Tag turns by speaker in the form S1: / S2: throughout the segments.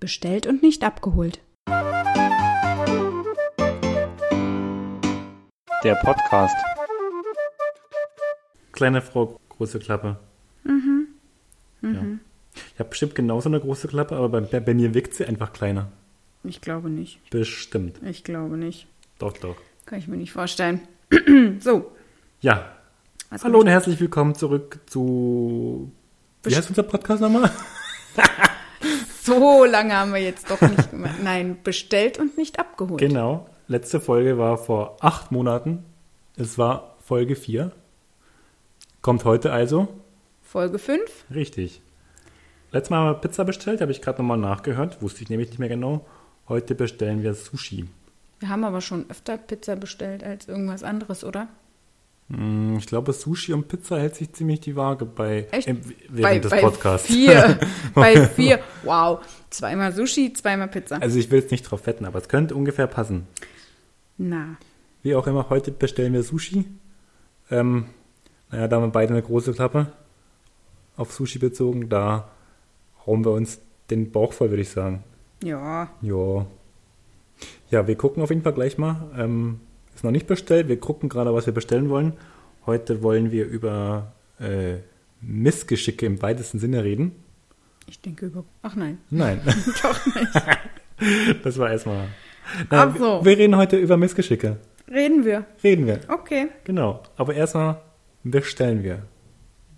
S1: Bestellt und nicht abgeholt.
S2: Der Podcast.
S3: Kleine Frau, große Klappe. Mhm. Ja. Ich habe bestimmt genauso eine große Klappe, aber bei, bei, bei mir wirkt sie einfach kleiner.
S1: Ich glaube nicht.
S3: Bestimmt.
S1: Ich glaube nicht.
S3: Doch, doch.
S1: Kann ich mir nicht vorstellen. so.
S3: Ja.
S1: was
S3: Hallo und herzlich willkommen zurück zu. Wie heißt unser Podcast nochmal?
S1: So lange haben wir jetzt doch nicht gemacht. Nein, bestellt und nicht abgeholt.
S3: Genau. Letzte Folge war vor acht Monaten. Es war Folge 4. Kommt heute also.
S1: Folge 5.
S3: Richtig. Letztes Mal haben wir Pizza bestellt, habe ich gerade nochmal nachgehört. Wusste ich nämlich nicht mehr genau. Heute bestellen wir Sushi.
S1: Wir haben aber schon öfter Pizza bestellt als irgendwas anderes, oder?
S3: Hm, Ich glaube, Sushi und Pizza hält sich ziemlich die Waage bei
S1: Echt?
S3: ähm, während des
S1: bei
S3: Podcasts.
S1: Vier. bei vier. Wow. Zweimal Sushi, zweimal Pizza.
S3: Also ich will es nicht drauf wetten, aber es könnte ungefähr passen.
S1: Na,
S3: Wie auch immer, heute bestellen wir Sushi. Ähm, naja, da haben wir beide eine große Klappe auf Sushi bezogen. Da hauen wir uns den Bauch voll, würde ich sagen.
S1: ja.
S3: Ja. Ja, wir gucken auf jeden Fall gleich mal. Ähm, ist noch nicht bestellt. Wir gucken gerade, was wir bestellen wollen. Heute wollen wir über äh, Missgeschicke im weitesten Sinne reden.
S1: Ich denke über. Ach nein.
S3: Nein,
S1: Doch nicht.
S3: das war erstmal. Nein,
S1: Ach so.
S3: wir, wir reden heute über Missgeschicke.
S1: Reden wir.
S3: Reden wir.
S1: Okay.
S3: Genau. Aber erstmal bestellen wir.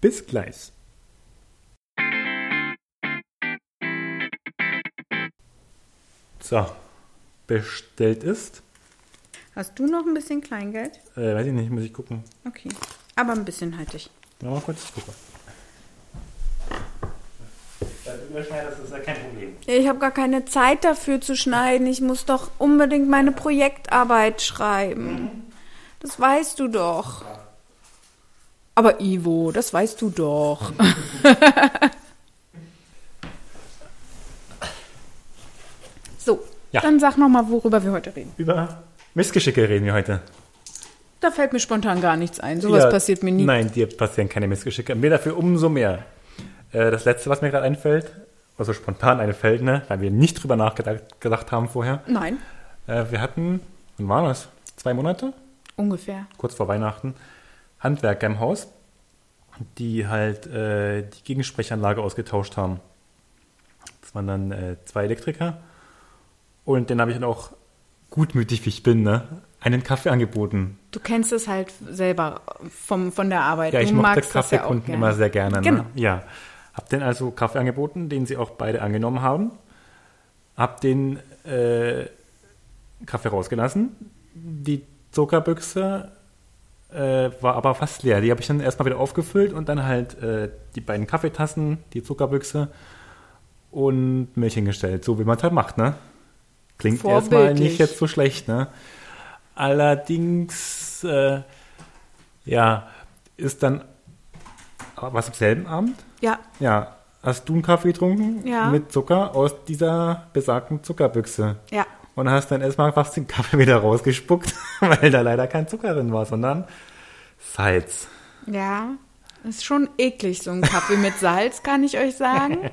S3: Bis gleich. So, bestellt ist.
S1: Hast du noch ein bisschen Kleingeld?
S3: Äh, weiß ich nicht, muss ich gucken.
S1: Okay. Aber ein bisschen halte ich.
S3: Ja, mal kurz gucken. Bei Äh, Überschneiders ist ja kein Problem.
S1: Ich habe gar keine Zeit dafür zu schneiden. Ich muss doch unbedingt meine Projektarbeit schreiben. Das weißt du doch. Aber Ivo, das weißt du doch. so,
S3: Ja.
S1: dann sag noch mal, worüber wir heute reden.
S3: Über Missgeschicke reden wir heute.
S1: Da fällt mir spontan gar nichts ein. Sowas
S3: Ja,
S1: passiert mir nie.
S3: Nein, dir passieren keine Missgeschicke. Mir dafür umso mehr. Äh, das letzte, was mir gerade einfällt, also spontan einfällt, ne, weil wir nicht drüber nachgedacht gedacht haben vorher.
S1: Nein,
S3: Äh, wir hatten, wann war das? Zwei Monate?
S1: ungefähr.
S3: kurz vor Weihnachten, Handwerker im Haus, die halt äh, die Gegensprechanlage ausgetauscht haben. Das waren dann äh, zwei Elektriker. Und den habe ich dann auch gutmütig, wie ich bin, ne, einen Kaffee angeboten.
S1: Du kennst es halt selber vom, von der Arbeit.
S3: Ja, ich
S1: du
S3: mochte
S1: magst das ja auch
S3: Kaffeekunden
S1: gerne.
S3: immer sehr gerne. Ne?
S1: Genau.
S3: Ja. Hab den also Kaffee angeboten, den sie auch beide angenommen haben. Hab den äh, Kaffee rausgelassen. Die Zuckerbüchse äh, war aber fast leer. Die habe ich dann erstmal wieder aufgefüllt und dann halt äh, die beiden Kaffeetassen, die Zuckerbüchse und Milch hingestellt. So wie man es halt macht, ne? Klingt erstmal
S1: Vorbildlich.
S3: nicht jetzt so schlecht, ne? Allerdings, äh, ja, ist dann. Was am selben Abend?
S1: Ja,
S3: Ja. Hast du einen Kaffee getrunken?
S1: Ja.
S3: Mit Zucker aus dieser besagten Zuckerbüchse.
S1: ja.
S3: Und hast dann erstmal fast den Kaffee wieder rausgespuckt, weil da leider kein Zucker drin war, sondern Salz.
S1: Ja, ist schon eklig, so ein Kaffee mit Salz, kann ich euch sagen.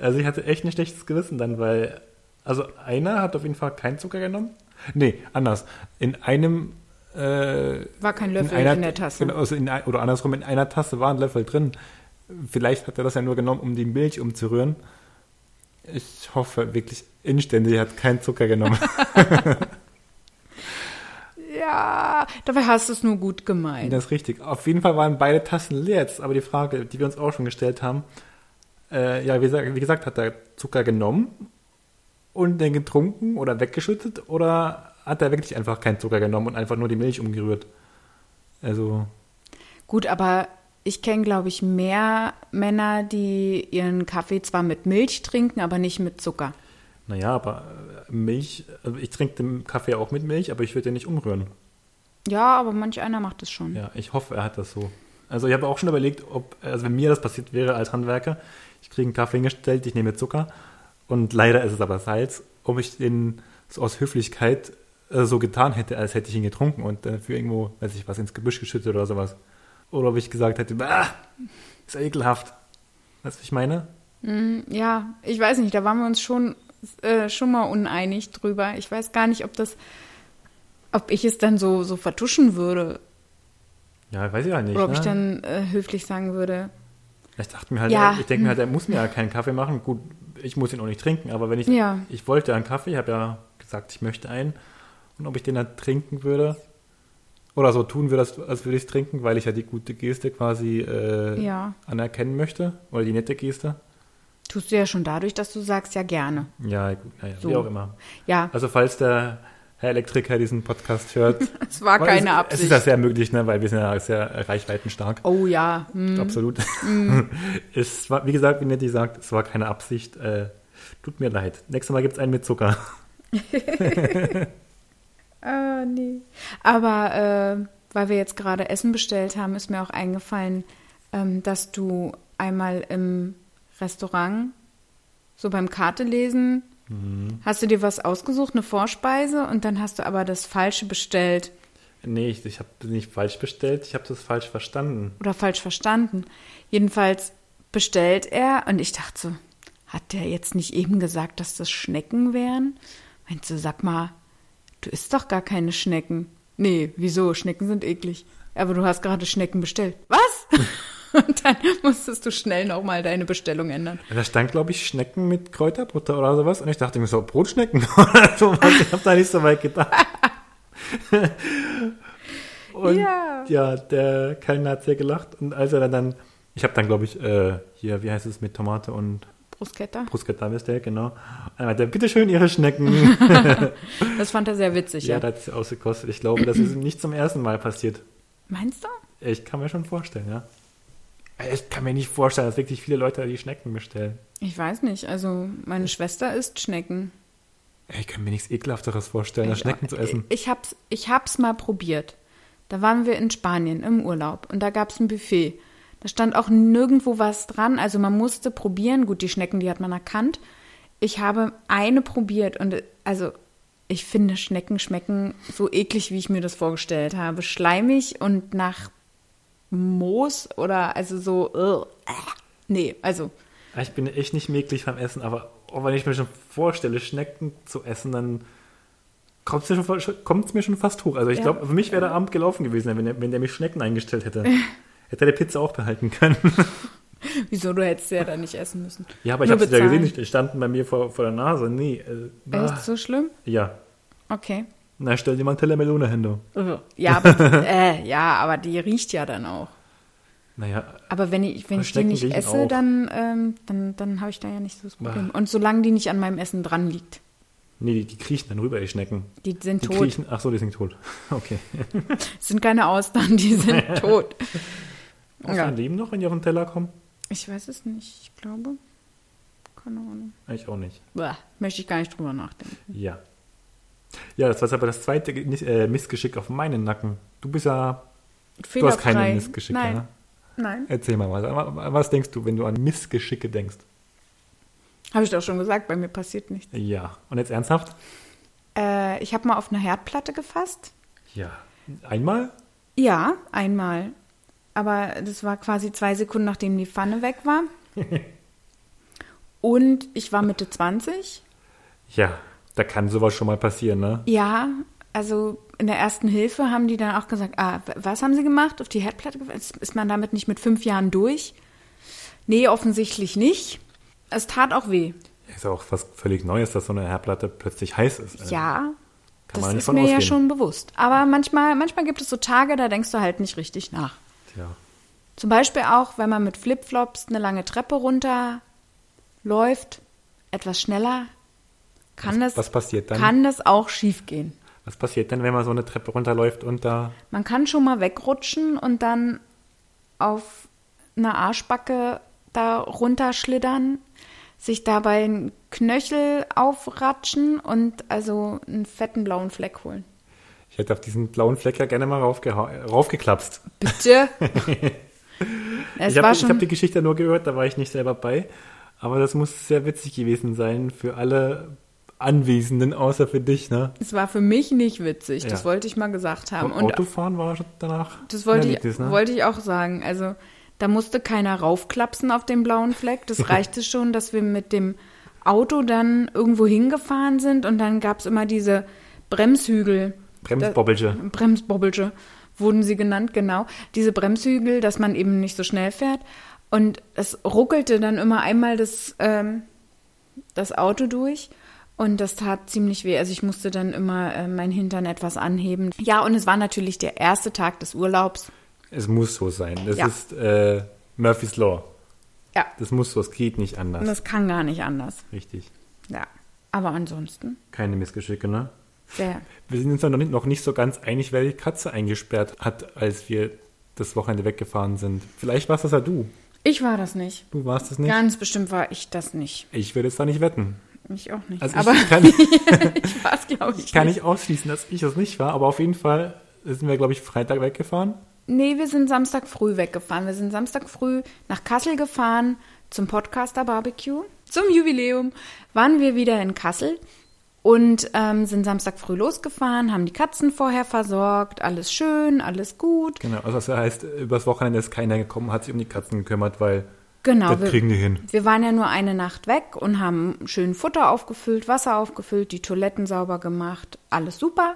S3: Also ich hatte echt ein schlechtes Gewissen dann, weil. Also einer hat auf jeden Fall keinen Zucker genommen. Nee, anders. In einem. Äh,
S1: War kein Löffel in, der Tasse.
S3: Genau, also in, ein- oder andersrum, in einer Tasse war ein Löffel drin. Vielleicht hat er das ja nur genommen, um die Milch umzurühren. Ich hoffe wirklich inständig, er hat keinen Zucker genommen.
S1: Ja, dabei hast du es nur gut gemeint.
S3: das ist richtig. Auf jeden Fall waren beide Tassen leer jetzt. Aber die Frage, die wir uns auch schon gestellt haben, äh, ja, wie, gesagt- wie gesagt, hat er Zucker genommen und den getrunken oder weggeschüttet oder hat er wirklich einfach keinen Zucker genommen und einfach nur die Milch umgerührt? Also,
S1: Gut, aber ich kenne, glaube ich, mehr Männer, die ihren Kaffee zwar mit Milch trinken, aber nicht mit Zucker.
S3: Naja, aber äh, Milch, also ich trinke den Kaffee auch mit Milch, aber ich würde den nicht umrühren.
S1: Ja, aber manch einer macht es schon.
S3: Ja, ich hoffe, er hat das so. Also ich habe auch schon überlegt, ob, also wenn mir das passiert wäre als Handwerker, ich kriege einen Kaffee hingestellt, ich nehme Zucker und leider ist es aber Salz, ob ich den so aus Höflichkeit äh, so getan hätte, als hätte ich ihn getrunken und dann für irgendwo, weiß ich was, ins Gebüsch geschüttet oder sowas. Oder ob ich gesagt hätte, bah, ist ja ekelhaft. Weißt du, was ich meine?
S1: Ja, ich weiß nicht, da waren wir uns schon, äh, schon mal uneinig drüber. Ich weiß gar nicht, ob das, ob ich es dann so, so vertuschen würde
S3: Ja, weiß ich halt nicht.
S1: oder ob ich
S3: ne?
S1: dann äh, höflich sagen würde.
S3: Ich dachte mir halt,
S1: Ja.
S3: ich denke mir halt, er muss mir ja keinen Kaffee machen. Gut, ich muss ihn auch nicht trinken, aber wenn ich,
S1: Ja.
S3: ich wollte einen Kaffee, ich habe ja gesagt, ich möchte einen. Und ob ich den dann trinken würde oder so tun würde, als, als würde ich es trinken, weil ich ja die gute Geste quasi äh,
S1: Ja,
S3: anerkennen möchte oder die nette Geste.
S1: tust du ja schon dadurch, dass du sagst, ja gerne.
S3: Ja, gut, naja, wie
S1: So.
S3: auch immer.
S1: Ja,
S3: Also falls der Herr Elektriker diesen Podcast hört,
S1: es war
S3: weil
S1: keine
S3: es,
S1: Absicht.
S3: Es ist ja sehr möglich, ne, weil wir sind ja sehr reichweitenstark.
S1: oh ja, hm,
S3: Absolut. Mhm. es war, wie gesagt, wie Nettie sagt, es war keine Absicht. Äh, tut mir leid. Nächstes Mal gibt es einen mit Zucker.
S1: Ah, nee. Aber äh, weil wir jetzt gerade Essen bestellt haben, ist mir auch eingefallen, ähm, dass du einmal im Restaurant, so beim Karte lesen,
S3: Mhm.
S1: hast du dir was ausgesucht, eine Vorspeise, und dann hast du aber das Falsche bestellt
S3: Nee, ich, ich habe nicht falsch bestellt, ich habe das falsch verstanden.
S1: oder falsch verstanden. Jedenfalls bestellt er und ich dachte so, hat der jetzt nicht eben gesagt, dass das Schnecken wären? Meinst du, sag mal, du isst doch gar keine Schnecken. Nee, wieso? Schnecken sind eklig. Aber du hast gerade Schnecken bestellt. Was? und dann musstest du schnell nochmal deine Bestellung ändern.
S3: Da stand, glaube ich, Schnecken mit Kräuterbutter oder sowas. Und ich dachte mir so, Brotschnecken oder sowas. Ich habe da nicht so weit gedacht. und
S1: Ja.
S3: ja. der Kellner hat sehr gelacht. Und als er dann, dann ich habe dann, glaube ich, äh, hier, wie heißt es, mit Tomate und
S1: Bruschetta?
S3: Bruschetta Steak, genau. Er meinte, bitteschön, ihre Schnecken.
S1: Das fand er sehr witzig,
S3: ja,
S1: ja.
S3: das hat sich ausgekostet. Ich glaube, das ist ihm nicht zum ersten Mal passiert.
S1: Meinst du?
S3: Ich kann mir schon vorstellen, ja. Ich kann mir nicht vorstellen, dass wirklich viele Leute die Schnecken bestellen.
S1: Ich weiß nicht. Also, meine Schwester isst Schnecken.
S3: Ich kann mir nichts Ekelhafteres vorstellen, als
S1: Ich-
S3: Schnecken zu essen.
S1: Ich hab's, ich hab's mal probiert. Da waren wir in Spanien im Urlaub und da gab's ein Buffet. Da stand auch nirgendwo was dran, also man musste probieren. Gut, die Schnecken, die hat man erkannt. Ich habe eine probiert und äh, also ich finde Schnecken schmecken so eklig, wie ich mir das vorgestellt habe. Schleimig und nach Moos oder also so. Ugh, äh, nee, also
S3: Ich bin echt nicht möglich beim Essen, aber oh, wenn ich mir schon vorstelle, Schnecken zu essen, dann kommt es mir, schon fa- schon- kommt's mir schon fast hoch. Also ich
S1: Ja.
S3: glaube, für mich wäre der Abend gelaufen gewesen, wenn der, wenn der mich Schnecken eingestellt hätte. hätte er die Pizza auch behalten können.
S1: wieso du hättest sie ja da nicht essen müssen.
S3: Ja, aber ich
S1: Nur
S3: habe es ja
S1: bezahlen.
S3: gesehen, die standen bei mir vor, vor der Nase. Nee. Äh, ah,
S1: Echt so schlimm?
S3: Ja.
S1: Okay.
S3: Na, stell dir mal einen Teller Melone hin.
S1: Ja, aber, äh, ja, aber die riecht ja dann auch.
S3: Naja,
S1: Aber wenn ich, wenn ich die
S3: Schnecken
S1: nicht
S3: riechen
S1: esse,
S3: auch.
S1: dann, ähm, dann, dann habe ich da ja nicht so das Problem.
S3: Bah.
S1: Und solange die nicht an meinem Essen dran liegt,
S3: nee, die, die kriechen dann rüber, die Schnecken.
S1: die sind
S3: Die
S1: tot.
S3: kriechen, ach so, die sind tot. Okay.
S1: Es sind keine Austern, die sind tot.
S3: Hast
S1: Ja.
S3: du ein Leben noch, wenn die auf den Teller kommen?
S1: Ich weiß es nicht, ich glaube. Keine Ahnung.
S3: Eigentlich auch nicht.
S1: Bäh, möchte ich gar nicht drüber nachdenken.
S3: Ja. Ja, das war jetzt aber das zweite Ge- nicht- äh, Missgeschick auf meinen Nacken. Du bist ja. Du hast keine Missgeschicke,
S1: Nein,
S3: ne?
S1: nein.
S3: Erzähl mal was. Wa- Was denkst du, wenn du an Missgeschicke denkst?
S1: Habe ich doch schon gesagt, bei mir passiert nichts.
S3: Ja. Und jetzt ernsthaft?
S1: Äh, ich habe mal auf eine Herdplatte gefasst.
S3: Ja. Einmal?
S1: Ja, einmal. Aber das war quasi zwei Sekunden, nachdem die Pfanne weg war. Und ich war Mitte 20.
S3: Ja. Da kann sowas schon mal passieren, ne?
S1: Ja, also in der ersten Hilfe haben die dann auch gesagt, ah, w- was haben sie gemacht? Auf die Herdplatte? gew- Ist ist man damit nicht mit fünf Jahren durch? Nee, offensichtlich nicht. Es tat auch weh.
S3: Ist ja auch was völlig Neues, dass so eine Herdplatte plötzlich heiß ist. Also
S1: Ja,
S3: Kann
S1: das
S3: man nicht
S1: ist
S3: von
S1: mir ja
S3: ausgehen.
S1: schon bewusst. Aber manchmal, manchmal gibt es so Tage, da denkst du halt nicht richtig nach.
S3: Tja.
S1: Zum Beispiel auch, wenn man mit Flipflops eine lange Treppe runter läuft, etwas schneller, kann
S3: Was-
S1: das,
S3: was passiert dann?
S1: Kann das auch schief gehen.
S3: Was passiert denn, wenn man so eine Treppe runterläuft und da.
S1: Man kann schon mal wegrutschen und dann auf einer Arschbacke da runterschlittern, sich dabei einen Knöchel aufratschen und also einen fetten blauen Fleck holen.
S3: Ich hätte auf diesen blauen Fleck ja gerne mal raufgeha- raufgeklapst.
S1: Bitte. es
S3: ich habe
S1: war
S3: hab
S1: schon
S3: die Geschichte nur gehört, da war ich nicht selber bei. Aber das muss sehr witzig gewesen sein für alle Anwesenden, außer für dich, ne?
S1: es war für mich nicht witzig, das
S3: Ja.
S1: wollte ich mal gesagt haben.
S3: Und Autofahren war schon danach. ein
S1: Das wollte ich,
S3: Erlebnis, ne?
S1: wollte ich auch sagen. Also Da musste keiner raufklapsen auf den blauen Fleck. Das reichte schon, dass wir mit dem Auto dann irgendwo hingefahren sind und dann gab es immer diese Bremshügel.
S3: Bremsbobbelche.
S1: Da- Bremsbobbelche wurden sie genannt, genau. Diese Bremshügel, dass man eben nicht so schnell fährt. Und es ruckelte dann immer einmal das, ähm, das Auto durch. Und das tat ziemlich weh. Also ich musste dann immer äh, mein Hintern etwas anheben. Ja, und es war natürlich der erste Tag des Urlaubs.
S3: Es muss so sein. Das
S1: Ja.
S3: ist äh, Murphy's Law.
S1: Ja,
S3: Das muss so, es geht nicht anders.
S1: das kann gar nicht anders.
S3: Richtig.
S1: Ja, aber ansonsten
S3: Keine Missgeschicke, ne?
S1: sehr.
S3: Wir sind uns noch nicht, noch nicht so ganz einig, wer die Katze eingesperrt hat, als wir das Wochenende weggefahren sind. Vielleicht warst das ja du.
S1: Ich war das nicht.
S3: Du warst es nicht.
S1: Ganz bestimmt war ich das nicht.
S3: Ich würde jetzt da nicht wetten.
S1: Ich auch nicht.
S3: Also
S1: aber
S3: ich kann,
S1: ich war es, glaube ich.
S3: kann
S1: nicht.
S3: nicht ausschließen, dass ich es nicht war, aber auf jeden Fall sind wir, glaube ich, Freitag weggefahren.
S1: Nee, wir sind Samstag früh weggefahren. Wir sind Samstag früh nach Kassel gefahren zum Podcaster Barbecue. Zum Jubiläum waren wir wieder in Kassel und ähm, sind Samstag früh losgefahren, haben die Katzen vorher versorgt, alles schön, alles gut.
S3: Genau, also das heißt, übers Wochenende ist keiner gekommen, hat sich um die Katzen gekümmert, weil
S1: Genau.
S3: das
S1: wir-
S3: kriegen die hin.
S1: Wir waren ja nur eine Nacht weg und haben schön Futter aufgefüllt, Wasser aufgefüllt, die Toiletten sauber gemacht, alles super.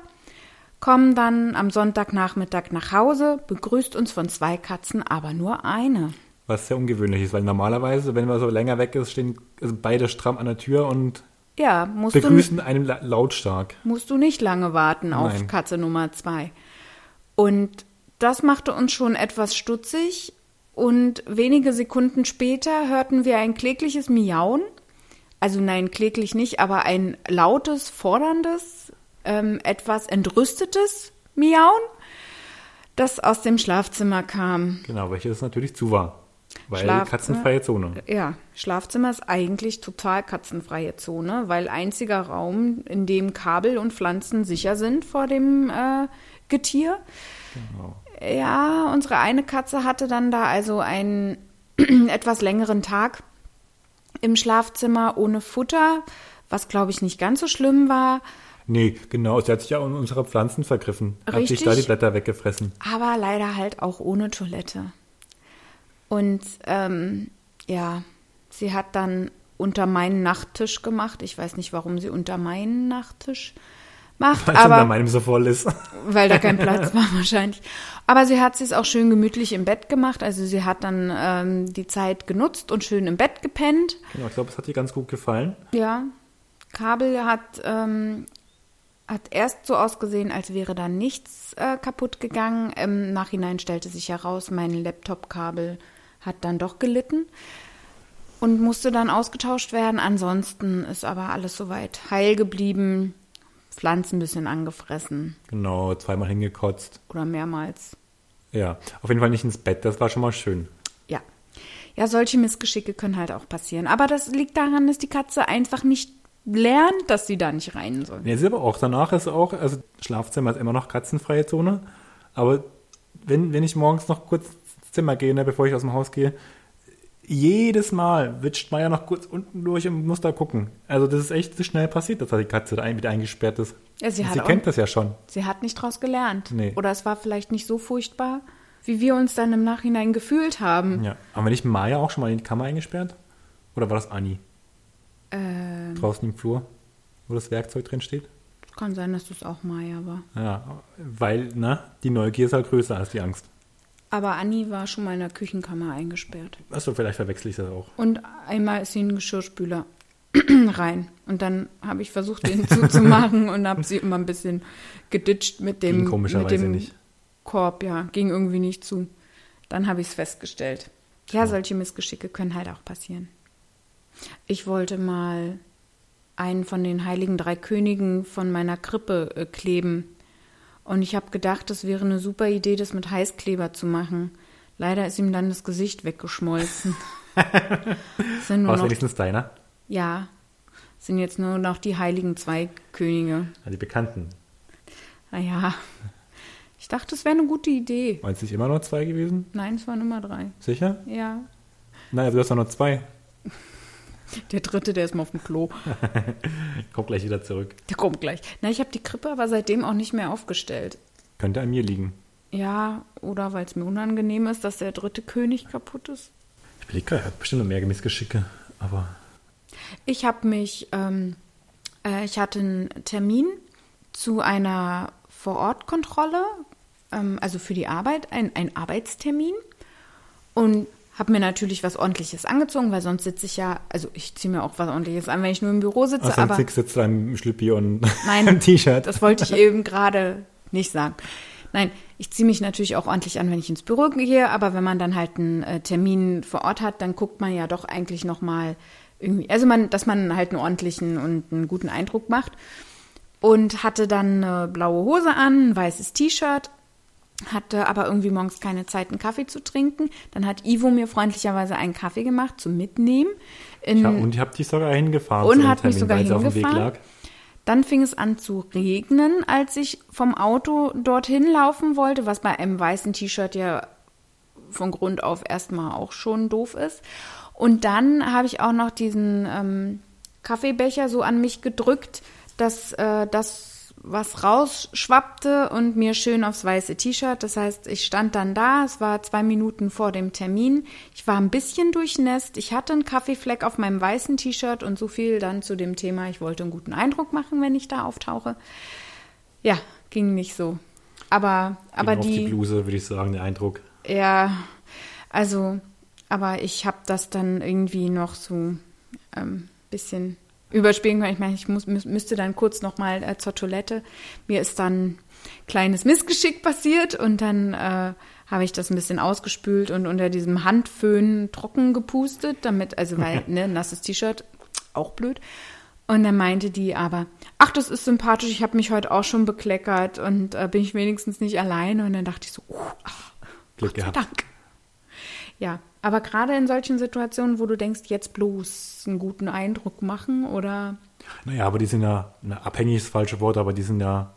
S1: Kommen dann am Sonntagnachmittag nach Hause, begrüßt uns von zwei Katzen, aber nur eine.
S3: Was sehr ungewöhnlich ist, weil normalerweise, wenn man so länger weg ist, stehen also beide stramm an der Tür und
S1: Ja, musst du,
S3: begrüßen einen la- lautstark.
S1: musst du nicht lange warten auf
S3: Nein.
S1: Katze Nummer zwei. Und das machte uns schon etwas stutzig und wenige Sekunden später hörten wir ein klägliches Miauen. Also nein, kläglich nicht, aber ein lautes, forderndes, ähm, etwas entrüstetes Miauen, das aus dem Schlafzimmer kam.
S3: Genau, welches natürlich zu war. Weil
S1: Schlaf- ne?
S3: katzenfreie Zone.
S1: Ja, Schlafzimmer ist eigentlich total katzenfreie Zone, weil einziger Raum, in dem Kabel und Pflanzen sicher sind vor dem äh, Getier. Ja, unsere eine Katze hatte dann da also einen etwas längeren Tag im Schlafzimmer ohne Futter, was glaube ich nicht ganz so schlimm war.
S3: Nee, genau, sie hat sich ja an unsere Pflanzen vergriffen. Hat sich
S1: Richtig.
S3: da die Blätter weggefressen.
S1: aber leider halt auch ohne Toilette. Und ähm, ja, sie hat dann unter meinen Nachttisch gemacht. Ich weiß nicht, warum sie unter meinen Nachttisch macht,
S3: Weil es unter
S1: aber
S3: meinem so voll ist.
S1: weil da kein Platz war wahrscheinlich. Aber sie hat es auch schön gemütlich im Bett gemacht. Also sie hat dann ähm, die Zeit genutzt und schön im Bett gepennt.
S3: Genau, ich glaube, es hat ihr ganz gut gefallen.
S1: Ja, Kabel hat, ähm, hat erst so ausgesehen, als wäre da nichts äh, kaputt gegangen. Im Nachhinein stellte sich heraus, mein Laptop-Kabel hat dann doch gelitten und musste dann ausgetauscht werden. Ansonsten ist aber alles soweit heil geblieben, Pflanzen ein bisschen angefressen
S3: Genau, zweimal hingekotzt.
S1: oder mehrmals.
S3: Ja, auf jeden Fall nicht ins Bett, das war schon mal schön.
S1: Ja. Ja, solche Missgeschicke können halt auch passieren. Aber das liegt daran, dass die Katze einfach nicht lernt, dass sie da nicht rein soll.
S3: Ja, ist aber auch. Danach ist auch, also Schlafzimmer ist immer noch katzenfreie Zone. Aber wenn, wenn ich morgens noch kurz ins Zimmer gehe, ne, bevor ich aus dem Haus gehe, jedes Mal witscht man ja noch kurz unten durch und muss da gucken. Also das ist echt so schnell passiert, dass da die Katze da ein, wieder eingesperrt ist.
S1: Ja, sie
S3: Und
S1: hat auch-
S3: kennt das ja schon.
S1: Sie hat nicht draus gelernt.
S3: Nee.
S1: Oder es war vielleicht nicht so furchtbar, wie wir uns dann im Nachhinein gefühlt haben.
S3: Ja. Haben wir nicht Maya auch schon mal in die Kammer eingesperrt? Oder war das Anni?
S1: Ähm,
S3: Draußen im Flur, wo das Werkzeug drin steht?
S1: kann sein, dass das auch Maya war.
S3: Ja, weil, ne, die Neugier ist halt größer als die Angst.
S1: Aber Anni war schon mal in der Küchenkammer eingesperrt.
S3: Achso, vielleicht verwechsel ich das auch.
S1: Und einmal ist sie in den Geschirrspüler rein. Und dann habe ich versucht, den zuzumachen und habe sie immer ein bisschen geditscht mit dem,
S3: Ging komischerweise
S1: mit dem
S3: nicht.
S1: Korb. Ja, ging irgendwie nicht zu. Dann habe ich es festgestellt. ja, solche Missgeschicke können halt auch passieren. Ich wollte mal einen von den heiligen drei Königen von meiner Krippe äh, kleben. Und ich habe gedacht, das wäre eine super Idee, das mit Heißkleber zu machen. Leider ist ihm dann das Gesicht weggeschmolzen. Es sind
S3: War
S1: nur
S3: es
S1: noch,
S3: wenigstens deiner?
S1: ja, es sind jetzt nur noch die heiligen zwei Könige.
S3: Ja, Die Bekannten.
S1: Naja, ich dachte, es wäre eine gute Idee.
S3: Waren es nicht immer nur zwei gewesen?
S1: Nein, es waren immer drei.
S3: Sicher?
S1: Ja,
S3: Nein, aber du hast doch nur zwei.
S1: der dritte, der ist mal auf dem Klo.
S3: Ich komm gleich wieder zurück.
S1: Der kommt gleich. Na, ich habe die Krippe aber seitdem auch nicht mehr aufgestellt.
S3: Könnte an mir liegen.
S1: Ja, oder weil es mir unangenehm ist, dass der dritte König kaputt ist.
S3: Ich überlege gerade, ich habe bestimmt noch mehr Missgeschicke, aber
S1: Ich habe mich, ähm, äh, ich hatte einen Termin zu einer Vorortkontrolle, ähm, also für die Arbeit, ein, ein Arbeitstermin und habe mir natürlich was Ordentliches angezogen, weil sonst sitze ich ja, also ich ziehe mir auch was Ordentliches an, wenn ich nur im Büro sitze,
S3: also
S1: aber
S3: Zig sitzt da im Schlüppi und
S1: nein,
S3: im T-Shirt.
S1: das wollte ich eben gerade nicht sagen. Nein, ich ziehe mich natürlich auch ordentlich an, wenn ich ins Büro gehe, aber wenn man dann halt einen äh, Termin vor Ort hat, dann guckt man ja doch eigentlich nochmal irgendwie, also man, dass man halt einen ordentlichen und einen guten Eindruck macht. Und hatte dann eine blaue Hose an, ein weißes T-Shirt, hatte aber irgendwie morgens keine Zeit, einen Kaffee zu trinken. Dann hat Ivo mir freundlicherweise einen Kaffee gemacht zum Mitnehmen. In,
S3: Ja, und ich habe dich sogar hingefahren. zu
S1: und
S3: dem
S1: hat mich
S3: Termin,
S1: sogar
S3: weil sie auf dem Weg
S1: hingefahren.
S3: lag.
S1: Dann fing es an zu regnen, als ich vom Auto dorthin laufen wollte, was bei einem weißen T-Shirt ja von Grund auf erstmal auch schon doof ist. Und dann habe ich auch noch diesen ähm, Kaffeebecher so an mich gedrückt, dass äh, das was rausschwappte und mir schön aufs weiße T-Shirt. Das heißt, ich stand dann da, es war zwei Minuten vor dem Termin. Ich war ein bisschen durchnässt, ich hatte einen Kaffeefleck auf meinem weißen T-Shirt und so viel dann zu dem Thema, ich wollte einen guten Eindruck machen, wenn ich da auftauche. Ja, ging nicht so. Aber, aber
S3: Ging auf die Bluse, würde ich sagen, der Eindruck.
S1: ja, also, aber ich habe das dann irgendwie noch so ein ähm, bisschen überspielen können. Ich meine, ich muss, müß- müsste dann kurz nochmal äh, zur Toilette. Mir ist dann kleines Missgeschick passiert und dann äh, habe ich das ein bisschen ausgespült und unter diesem Handföhn trocken gepustet, damit, also weil, ne, nasses T-Shirt, auch blöd. Und dann meinte die aber, ach, das ist sympathisch, ich habe mich heute auch schon bekleckert und äh, bin ich wenigstens nicht alleine. Und dann dachte ich so, uh, ach,
S3: Glück
S1: Gott sei
S3: gehabt.
S1: Dank. Ja, aber gerade in solchen Situationen, wo du denkst, jetzt bloß einen guten Eindruck machen oder
S3: Naja, aber die sind ja, na, abhängig ist das falsche Wort, aber die sind ja,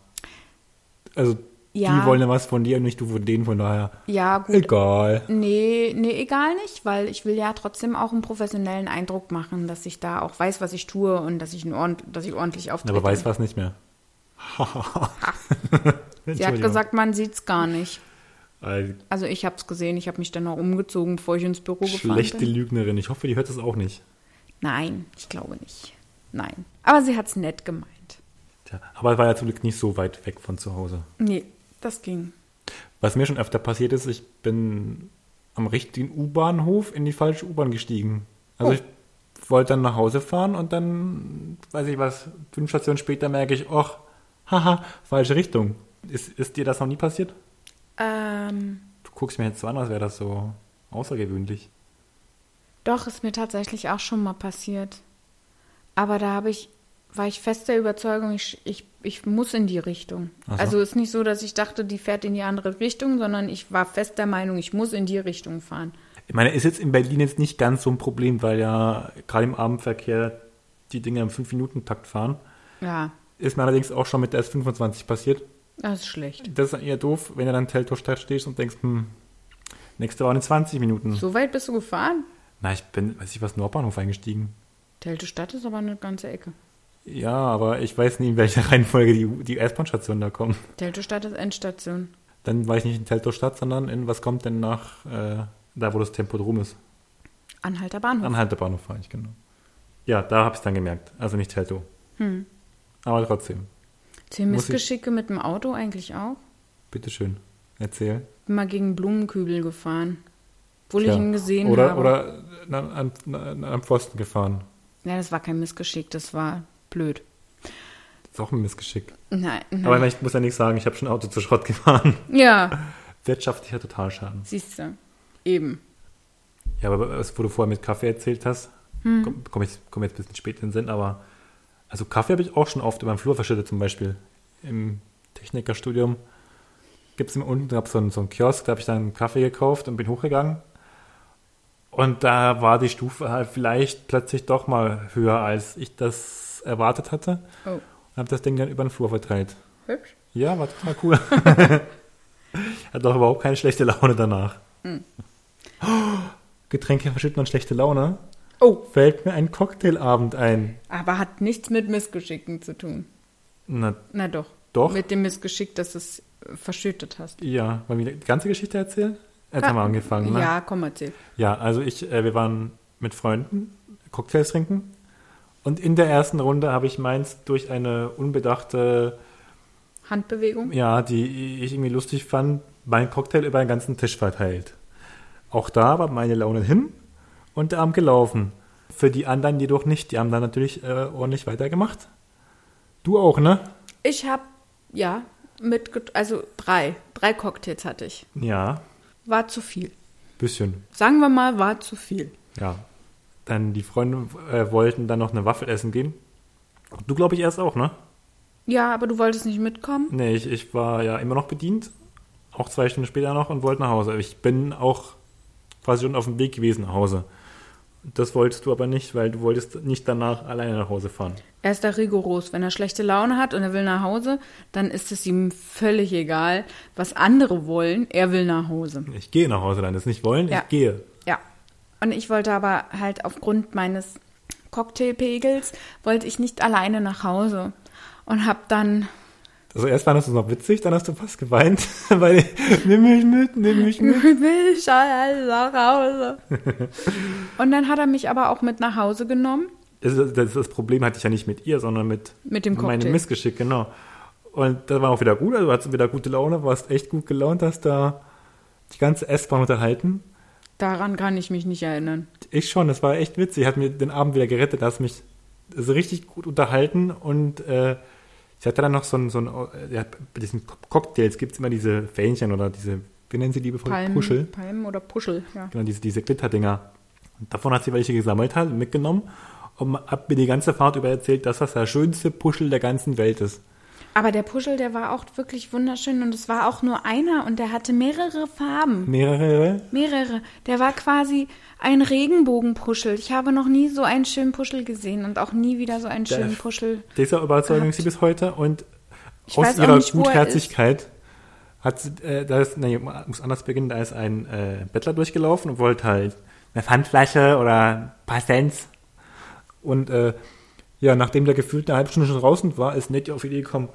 S3: also
S1: Ja.
S3: die wollen ja was von dir und nicht du von denen, von daher.
S1: ja, gut.
S3: Egal.
S1: Nee, nee, egal nicht, weil ich will ja trotzdem auch einen professionellen Eindruck machen, dass ich da auch weiß, was ich tue und dass ich, ein ordent dass ich ordentlich auftrete.
S3: Aber weiß was nicht mehr.
S1: Sie hat gesagt, man sieht's gar nicht.
S3: Eine
S1: Also ich hab's gesehen, ich habe mich dann noch umgezogen, bevor ich ins Büro gefahren
S3: schlechte
S1: bin.
S3: Lügnerin. Ich hoffe, die hört das auch nicht.
S1: Nein, ich glaube nicht. Nein. Aber sie hat's nett gemeint.
S3: Tja, aber war ja zum Glück nicht so weit weg von zu Hause.
S1: Nee, das ging.
S3: Was mir schon öfter passiert ist, ich bin am richtigen U-Bahnhof in die falsche U-Bahn gestiegen. Also
S1: Oh.
S3: ich wollte dann nach Hause fahren und dann, weiß ich was, fünf Stationen später merke ich, ach, haha, falsche Richtung. Ist, ist dir das noch nie passiert?
S1: Ähm,
S3: Du guckst mir jetzt so an, als wäre das so außergewöhnlich.
S1: Doch, ist mir tatsächlich auch schon mal passiert. Aber da habe ich, war ich fest der Überzeugung, ich, ich, ich muss in die Richtung.
S3: Ach so.
S1: Also ist nicht so, dass ich dachte, die fährt in die andere Richtung, sondern ich war fest der Meinung, ich muss in die Richtung fahren.
S3: Ich meine, ist jetzt in Berlin jetzt nicht ganz so ein Problem, weil ja gerade im Abendverkehr die Dinger im 5-Minuten-Takt fahren.
S1: Ja,
S3: Ist mir allerdings auch schon mit der S25 passiert.
S1: das ist schlecht.
S3: Das ist eher doof, wenn du dann in Teltow-Stadt stehst und denkst, hm, nächste Bahn in 20 Minuten.
S1: So weit bist du gefahren?
S3: Na, ich bin, weiß ich was, Nordbahnhof eingestiegen.
S1: Telte Stadt ist aber eine ganze Ecke.
S3: Ja, aber ich weiß nie, in welcher Reihenfolge die, die S-Bahn-Stationen da kommen.
S1: Telte Stadt ist Endstation.
S3: Dann war ich nicht in Teltow-Stadt, sondern in, was kommt denn nach, äh, da wo das Tempodrom ist.
S1: Anhalter Bahnhof.
S3: An Haltebahnhof war ich, genau. Ja, da habe ich dann gemerkt. Also nicht Teltow.
S1: Hm.
S3: Aber trotzdem,
S1: Zählen
S3: Muss ich-
S1: Missgeschicke mit dem Auto eigentlich auch?
S3: bitteschön, erzähl.
S1: Bin mal gegen einen Blumenkübel gefahren. Obwohl
S3: Tja.
S1: ich ihn gesehen
S3: oder,
S1: habe.
S3: Oder na, an, na, na, am Pfosten gefahren.
S1: Ja, das war kein Missgeschick, das war blöd.
S3: Ist auch ein Missgeschick.
S1: Nein, nein.
S3: Aber ich muss ja nichts sagen, ich habe schon Auto zu Schrott gefahren.
S1: Ja,
S3: Wirtschaftlicher Totalschaden.
S1: siehst du. Eben.
S3: Ja, aber was, wo du vorher mit Kaffee erzählt hast, komme komm ich komm jetzt ein bisschen spät in den Sinn, aber also Kaffee habe ich auch schon oft über den Flur verschüttet, zum Beispiel im Technikerstudium. Gibt es unten, gab so einen, so einen Kiosk, da habe ich dann einen Kaffee gekauft und bin hochgegangen. Und da war die Stufe halt vielleicht plötzlich doch mal höher, als ich das erwartet hatte.
S1: Oh,
S3: Und habe das Ding dann über den Flur verteilt.
S1: hübsch.
S3: Ja, war total cool. Hat doch überhaupt keine schlechte Laune danach. Getränke verschütten und schlechte Laune.
S1: Oh,
S3: Fällt mir ein Cocktailabend ein.
S1: aber hat nichts mit Missgeschicken zu tun.
S3: Na,
S1: Na doch.
S3: Doch,
S1: Mit dem Missgeschick, dass du es äh, verschüttet hast.
S3: ja. Wollen wir die ganze Geschichte erzählen? Jetzt haben wir angefangen, ne?
S1: Ja, komm, erzähl.
S3: Ja, also ich, äh, wir waren mit Freunden Cocktails trinken und in der ersten Runde habe ich meins durch eine unbedachte,
S1: Handbewegung?
S3: ja, die ich irgendwie lustig fand, meinen Cocktail über den ganzen Tisch verteilt. Auch da war meine Laune hin und der Abend gelaufen. Für die anderen jedoch nicht, die haben dann natürlich äh, ordentlich weitergemacht. Du auch, ne?
S1: Ich habe, ja, mit, also drei. Drei Cocktails hatte ich.
S3: Ja,
S1: War zu viel.
S3: bisschen,
S1: Sagen wir mal, war zu viel.
S3: ja. Dann die Freunde äh, wollten dann noch eine Waffel essen gehen. Du glaube ich erst auch, ne?
S1: Ja, aber du wolltest nicht mitkommen?
S3: Nee, ich, ich war ja immer noch bedient, auch zwei Stunden später noch und wollte nach Hause. Ich bin auch quasi schon auf dem Weg gewesen nach Hause. Das wolltest du aber nicht, weil du wolltest nicht danach alleine nach Hause fahren.
S1: Er ist da rigoros. Wenn er schlechte Laune hat und er will nach Hause, dann ist es ihm völlig egal, was andere wollen. Er will nach Hause.
S3: Ich gehe nach Hause, dann das nicht wollen,
S1: Ja.
S3: ich gehe.
S1: Ja. Und ich wollte aber halt aufgrund meines Cocktailpegels, wollte ich nicht alleine nach Hause. Und habe dann,
S3: Also erst fandest du es noch witzig, dann hast du fast geweint, weil nimm mich mit, nimm mich mit.
S1: will ich alleine nach Hause. und dann hat er mich aber auch mit nach Hause genommen.
S3: Das, ist- das, ist- das Problem hatte ich ja nicht mit ihr, sondern mit,
S1: Mit dem Cocktail.
S3: meinem Missgeschick, genau. Und das war auch wieder gut, also hast du wieder gute Laune, warst echt gut gelaunt, hast da die ganze S-Bahn unterhalten.
S1: Daran kann ich mich nicht erinnern.
S3: Ich schon, das war echt witzig. Hat mir den Abend wieder gerettet, dass mich so richtig gut unterhalten und äh, ich hatte dann noch so ein, so ein äh, ja, bei diesen Co- Cocktails gibt es immer diese Fähnchen oder diese, wie nennen sie die liebevoll?
S1: Palmen,
S3: Puschel.
S1: Palmen oder Puschel, ja.
S3: Genau, diese, diese Glitterdinger. Und davon hat sie welche gesammelt hat, mitgenommen und hat mir die ganze Fahrt über erzählt, dass das der schönste Puschel der ganzen Welt ist.
S1: Aber der Puschel, der war auch wirklich wunderschön und es war auch nur einer und der hatte mehrere Farben.
S3: Mehrere
S1: Mehrere. Der war quasi ein Regenbogenpuschel. Ich habe noch nie so einen schönen Puschel gesehen und auch nie wieder so einen
S3: Der-
S1: schönen Puschel.
S3: dieser Überzeugung
S1: Gehabt.
S3: ist sie bis heute und aus
S1: weiß auch
S3: ihrer
S1: nicht, wo er
S3: Gutherzigkeit hat sie, äh, da ist, nee, muss anders beginnen, da ist ein äh, Bettler durchgelaufen und wollte halt eine Pfandflasche oder ein paar Cents. Und äh, ja, nachdem der gefühlt eine halbe Stunde schon draußen war, ist Nettie auf die Idee gekommen,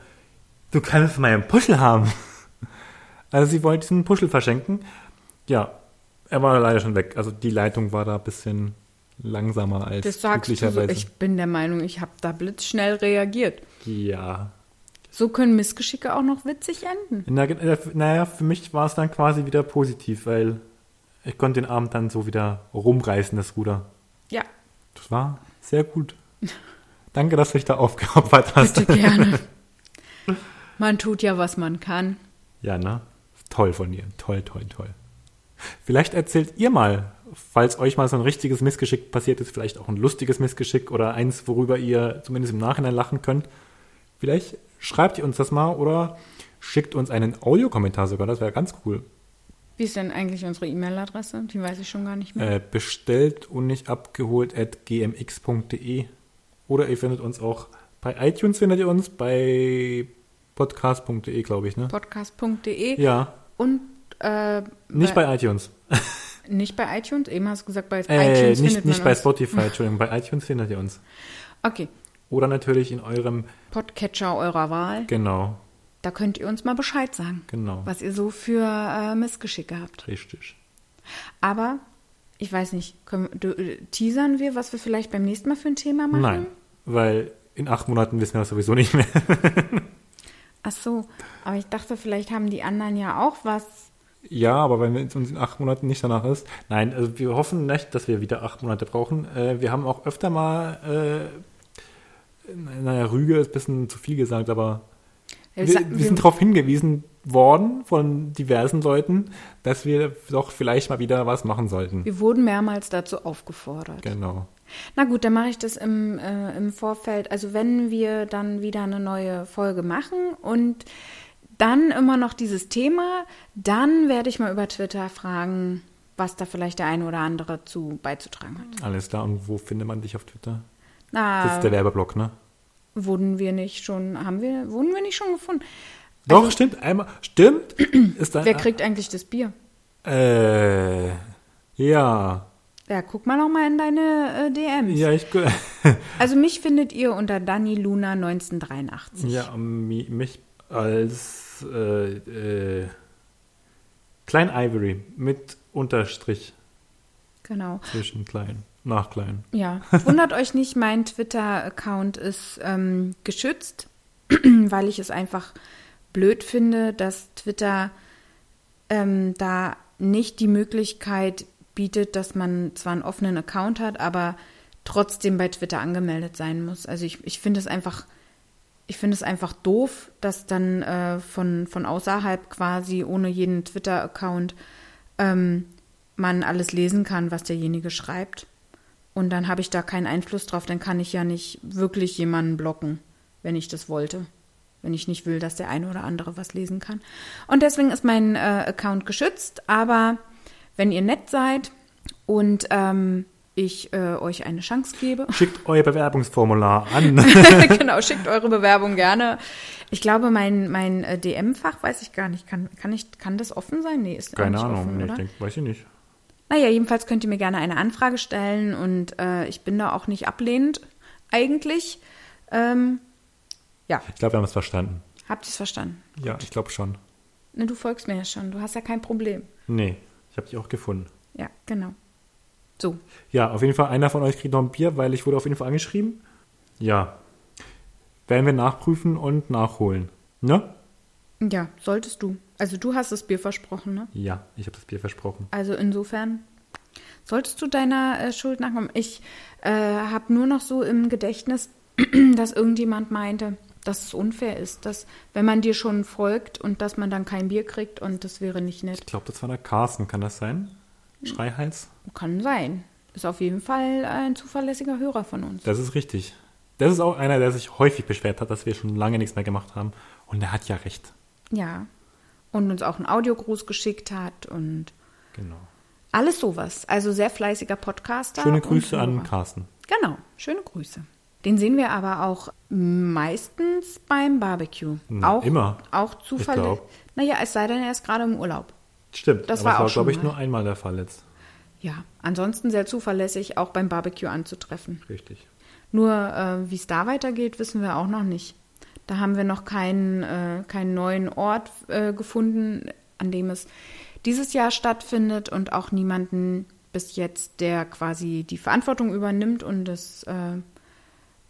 S3: du kannst meinen Puschel haben. Also sie wollte diesen Puschel verschenken. Ja, er war leider schon weg. Also die Leitung war da ein bisschen langsamer als
S1: Das sagst du so.
S3: üblicherweise.
S1: Ich bin der Meinung, ich habe da blitzschnell reagiert.
S3: ja.
S1: So können Missgeschicke auch noch witzig enden.
S3: Na, ge- äh, naja, für mich war es dann quasi wieder positiv, weil ich konnte den Abend dann so wieder rumreißen, das Ruder.
S1: Ja,
S3: Das war sehr gut. Danke, dass du dich da aufgeopfert hast.
S1: bitte gerne. Man tut ja, was man kann.
S3: Ja, ne? Toll von dir. Toll, toll, toll. Vielleicht erzählt ihr mal, falls euch mal so ein richtiges Missgeschick passiert ist, vielleicht auch ein lustiges Missgeschick oder eins, worüber ihr zumindest im Nachhinein lachen könnt. Vielleicht schreibt ihr uns das mal oder schickt uns einen Audiokommentar sogar, das wäre ganz cool.
S1: Wie ist denn eigentlich unsere E-Mail-Adresse? Die weiß ich schon gar nicht mehr.
S3: Äh, bestellt und nicht abgeholt at gmx.de. Oder ihr findet uns auch bei iTunes, findet ihr uns, bei podcast.de, glaube ich, ne?
S1: Podcast.de
S3: Ja,
S1: und äh,
S3: nicht bei iTunes.
S1: nicht bei iTunes. Eben hast du gesagt, bei
S3: Äh,
S1: iTunes
S3: nicht
S1: findet
S3: nicht
S1: man
S3: bei
S1: uns.
S3: Spotify, Entschuldigung, bei iTunes findet ihr uns.
S1: Okay,
S3: Oder natürlich in eurem,
S1: Podcatcher eurer Wahl.
S3: genau,
S1: Da könnt ihr uns mal Bescheid sagen,
S3: genau,
S1: was ihr so für äh, Missgeschicke habt.
S3: richtig.
S1: Aber ich weiß nicht, können, du, äh, teasern wir, was wir vielleicht beim nächsten Mal für ein Thema machen?
S3: Nein, weil in acht Monaten wissen wir das sowieso nicht mehr.
S1: Ach so, aber ich dachte, vielleicht haben die anderen ja auch was.
S3: Ja, aber wenn es uns in acht Monaten nicht danach ist. Nein, also wir hoffen nicht, dass wir wieder acht Monate brauchen. Äh, wir haben auch öfter mal, äh, naja, Rüge ist ein bisschen zu viel gesagt, aber wir,
S1: Sa-
S3: wir sind darauf hingewiesen worden von diversen Leuten, dass wir doch vielleicht mal wieder was machen sollten.
S1: wir wurden mehrmals dazu aufgefordert.
S3: Genau.
S1: Na gut, dann mache ich das im, äh, im Vorfeld. Also wenn wir dann wieder eine neue Folge machen und dann immer noch dieses Thema, dann werde ich mal über Twitter fragen, was da vielleicht der eine oder andere zu beizutragen hat.
S3: Alles klar. Und wo findet man dich auf Twitter? Das
S1: Na,
S3: ist der Werbeblock, ne?
S1: wurden wir nicht schon, haben wir, wurden wir nicht schon gefunden?
S3: Doch, stimmt. Einmal. Stimmt. Ist da,
S1: Also- Wer kriegt eigentlich das Bier?
S3: Äh. Ja.
S1: Ja, guck mal noch mal in deine äh, DMs.
S3: Ja, ich.
S1: Also mich findet ihr unter DannyLuna1983.
S3: Ja, mi- mich als äh, äh, Klein Ivory mit Unterstrich
S1: Genau.
S3: zwischen klein, nach klein.
S1: Ja, wundert euch nicht, mein Twitter-Account ist ähm, geschützt, weil ich es einfach blöd finde, dass Twitter ähm, da nicht die Möglichkeit bietet, dass man zwar einen offenen Account hat, aber trotzdem bei Twitter angemeldet sein muss. Also ich, ich finde es einfach, ich finde es einfach doof, dass dann äh, von, von außerhalb quasi ohne jeden Twitter-Account ähm, man alles lesen kann, was derjenige schreibt. Und dann habe ich da keinen Einfluss drauf, dann kann ich ja nicht wirklich jemanden blocken, wenn ich das wollte. Wenn ich nicht will, dass der eine oder andere was lesen kann. Und deswegen ist mein äh, Account geschützt, aber wenn ihr nett seid und ähm, ich äh, euch eine Chance gebe,
S3: Schickt euer Bewerbungsformular an.
S1: genau, schickt eure Bewerbung gerne. Ich glaube, mein, mein äh, DM-Fach weiß ich gar nicht. Kann, kann, ich, kann das offen sein? Nee, ist
S3: Keine
S1: nicht
S3: Ahnung,
S1: offen,
S3: nee,
S1: oder?
S3: ich denk, weiß ich nicht.
S1: Naja, jedenfalls könnt ihr mir gerne eine Anfrage stellen und äh, ich bin da auch nicht ablehnend eigentlich. Ähm, ja,
S3: Ich glaube, wir haben es verstanden.
S1: habt ihr es verstanden?
S3: Ja, ich glaube schon.
S1: Ne, du folgst mir ja schon, du hast ja kein Problem.
S3: Nee, ich habe dich auch gefunden.
S1: Ja, genau. So,
S3: Ja, auf jeden Fall, einer von euch kriegt noch ein Bier, weil ich wurde auf jeden Fall angeschrieben. Ja. Werden wir nachprüfen und nachholen. Ne?
S1: ja, solltest du. Also du hast das Bier versprochen, ne?
S3: Ja, ich habe das Bier versprochen.
S1: Also insofern solltest du deiner äh, Schuld nachkommen. Ich äh, habe nur noch so im Gedächtnis, dass irgendjemand meinte, dass es unfair ist, dass wenn man dir schon folgt und dass man dann kein Bier kriegt und das wäre nicht nett.
S3: Ich glaube, das war der Carsten, kann das sein? Schreihals?
S1: Kann sein. Ist auf jeden Fall ein zuverlässiger Hörer von uns.
S3: Das ist richtig. Das ist auch einer, der sich häufig beschwert hat, dass wir schon lange nichts mehr gemacht haben. Und er hat ja recht.
S1: Ja. Und uns auch einen Audiogruß geschickt hat und
S3: Genau.
S1: alles sowas. Also sehr fleißiger Podcaster.
S3: Schöne
S1: und
S3: Grüße an
S1: Hörer.
S3: Carsten.
S1: Genau, schöne Grüße. Den sehen wir aber auch meistens beim Barbecue.
S3: Na,
S1: auch,
S3: immer.
S1: Auch
S3: Ich
S1: zufällig.
S3: glaub.
S1: Naja, es sei denn, er ist gerade im Urlaub.
S3: Stimmt,
S1: Das
S3: aber
S1: war
S3: es war,
S1: auch schon
S3: glaube ich,
S1: mal.
S3: nur einmal der Fall jetzt.
S1: Ja, ansonsten sehr zuverlässig, auch beim Barbecue anzutreffen.
S3: Richtig.
S1: Nur äh, wie es da weitergeht, wissen wir auch noch nicht. Da haben wir noch keinen, äh, keinen neuen Ort äh, gefunden, an dem es dieses Jahr stattfindet und auch niemanden bis jetzt, der quasi die Verantwortung übernimmt und es, äh,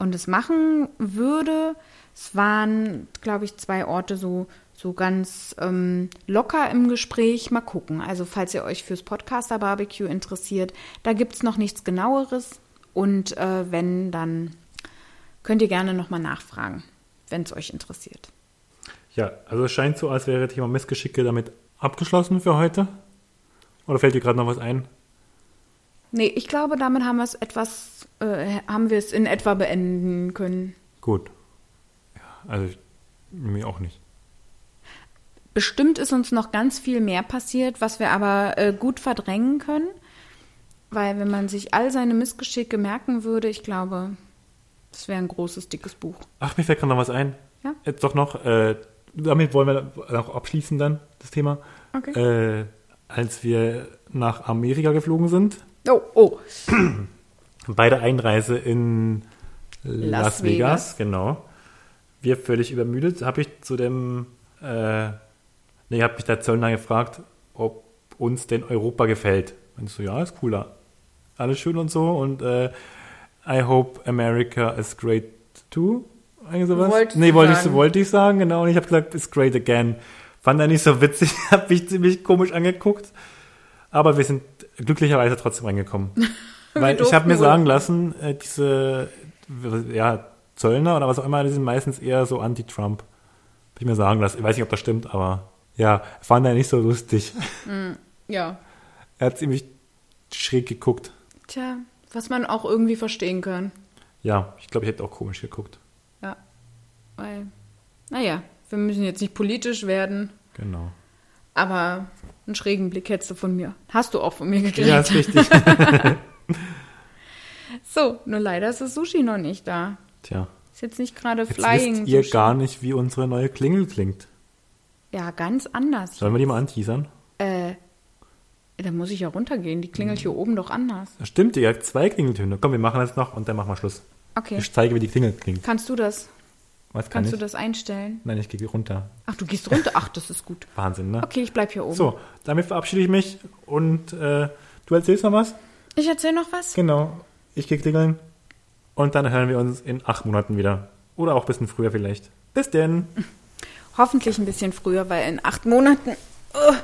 S1: und es machen würde. Es waren, glaube ich, zwei Orte so, so ganz ähm, locker im Gespräch. Mal gucken. Also falls ihr euch fürs Podcaster-Barbecue interessiert, da gibt es noch nichts genaueres. Und äh, wenn, dann könnt ihr gerne nochmal nachfragen, wenn es euch interessiert.
S3: Ja, also es scheint so, als wäre Thema Missgeschicke damit abgeschlossen für heute. Oder fällt dir gerade noch was ein?
S1: Nee, ich glaube, damit haben wir es etwas, äh, haben wir es in etwa beenden können.
S3: Gut. Ja, also ich, mir auch nicht.
S1: Bestimmt ist uns noch ganz viel mehr passiert, was wir aber äh, gut verdrängen können. Weil wenn man sich all seine Missgeschicke merken würde, ich glaube, es wäre ein großes, dickes Buch.
S3: Ach, mir fällt gerade noch was ein.
S1: Ja?
S3: Jetzt doch noch, äh, damit wollen wir auch abschließen dann, das Thema.
S1: Okay.
S3: Äh, als wir nach Amerika geflogen sind,
S1: Oh, oh.
S3: bei der Einreise in Las,
S1: Las
S3: Vegas, genau. Wir völlig übermüdet, habe ich zu dem, äh, nee, habe mich der Zöllner gefragt, ob uns denn Europa gefällt. Und ich so, ja, ist cooler. Alles schön und so und äh, I hope America is great too. Eigentlich sowas.
S1: Wolltest
S3: nee,
S1: du
S3: wollte ich,
S1: sagen.
S3: wollte ich sagen, genau. Und ich habe gesagt, it's great again. Fand er nicht so witzig, habe mich ziemlich komisch angeguckt. Aber wir sind glücklicherweise trotzdem reingekommen. Weil ich
S1: durften
S3: habe mir
S1: wohl.
S3: sagen lassen, äh, diese ja, Zöllner oder was auch immer, die sind meistens eher so anti-Trump. Hab ich mir sagen lassen. Ich weiß nicht, ob das stimmt, aber ja, fand er nicht so lustig.
S1: Ja.
S3: Er hat ziemlich schräg geguckt.
S1: Tja, was man auch irgendwie verstehen kann.
S3: Ja, ich glaube, ich hätte auch komisch geguckt.
S1: Ja. Weil, naja, wir müssen jetzt nicht politisch werden.
S3: Genau.
S1: Aber einen schrägen Blick hättest du von mir. Hast du auch von mir gekriegt.
S3: Ja, ist richtig.
S1: So, nur leider ist das Sushi noch nicht da.
S3: Tja,
S1: Ist jetzt nicht gerade
S3: jetzt
S1: Flying
S3: wisst ihr
S1: Sushi.
S3: gar nicht, wie unsere neue Klingel klingt.
S1: ja, ganz anders.
S3: Sollen wir die mal anteasern?
S1: Äh, da muss ich ja runtergehen. Die klingelt hier oben doch anders.
S3: Das stimmt, ihr habt zwei Klingeltöne. Komm, wir machen das noch und dann machen wir Schluss.
S1: Okay.
S3: Ich zeige, wie die Klingel klingt.
S1: Kannst du das?
S3: Weiß gar
S1: Kannst du
S3: nicht.
S1: das einstellen?
S3: Nein, ich gehe runter.
S1: Ach, du gehst runter. Ach, das ist gut.
S3: Wahnsinn, ne?
S1: Okay, ich bleib hier oben.
S3: So, damit verabschiede ich mich und äh, du erzählst noch was?
S1: Ich erzähle noch was.
S3: Genau. Ich gehe klingeln und dann hören wir uns in acht Monaten wieder. Oder auch ein bisschen früher vielleicht. Bis denn.
S1: Hoffentlich ein bisschen früher, weil in acht Monaten, uh,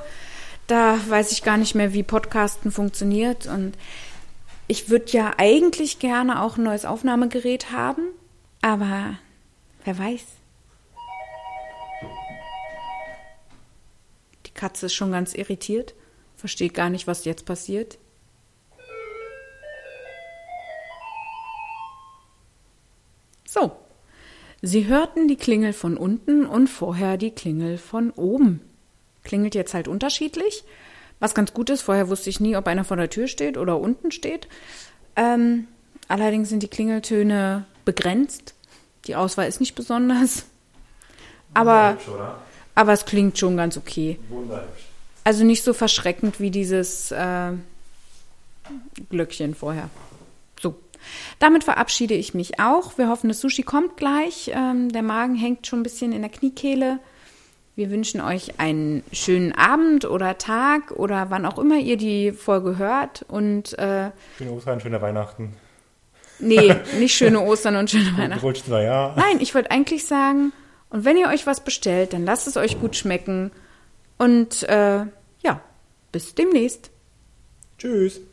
S1: da weiß ich gar nicht mehr, wie Podcasten funktioniert. Und ich würde ja eigentlich gerne auch ein neues Aufnahmegerät haben, aber wer weiß. Die Katze ist schon ganz irritiert, versteht gar nicht, was jetzt passiert. So, Sie hörten die Klingel von unten und vorher die Klingel von oben. Klingelt jetzt halt unterschiedlich, was ganz gut ist. Vorher wusste ich nie, ob einer vor der Tür steht oder unten steht. Ähm, allerdings sind die Klingeltöne begrenzt. Die Auswahl ist nicht besonders. Aber, aber es klingt schon ganz okay. Also nicht so verschreckend wie dieses äh, Glöckchen vorher. So. Damit verabschiede ich mich auch. Wir hoffen, das Sushi kommt gleich. Ähm, der Magen hängt schon ein bisschen in der Kniekehle. Wir wünschen euch einen schönen Abend oder Tag oder wann auch immer ihr die Folge hört. Und äh,
S3: Schöne Ostern, schöne Weihnachten.
S1: nee, nicht schöne Ostern und schöne Weihnachten.
S3: Rutscht na ja.
S1: Nein, ich wollte eigentlich sagen, und wenn ihr euch was bestellt, dann lasst es euch gut schmecken. Und äh, ja, bis demnächst.
S3: Tschüss.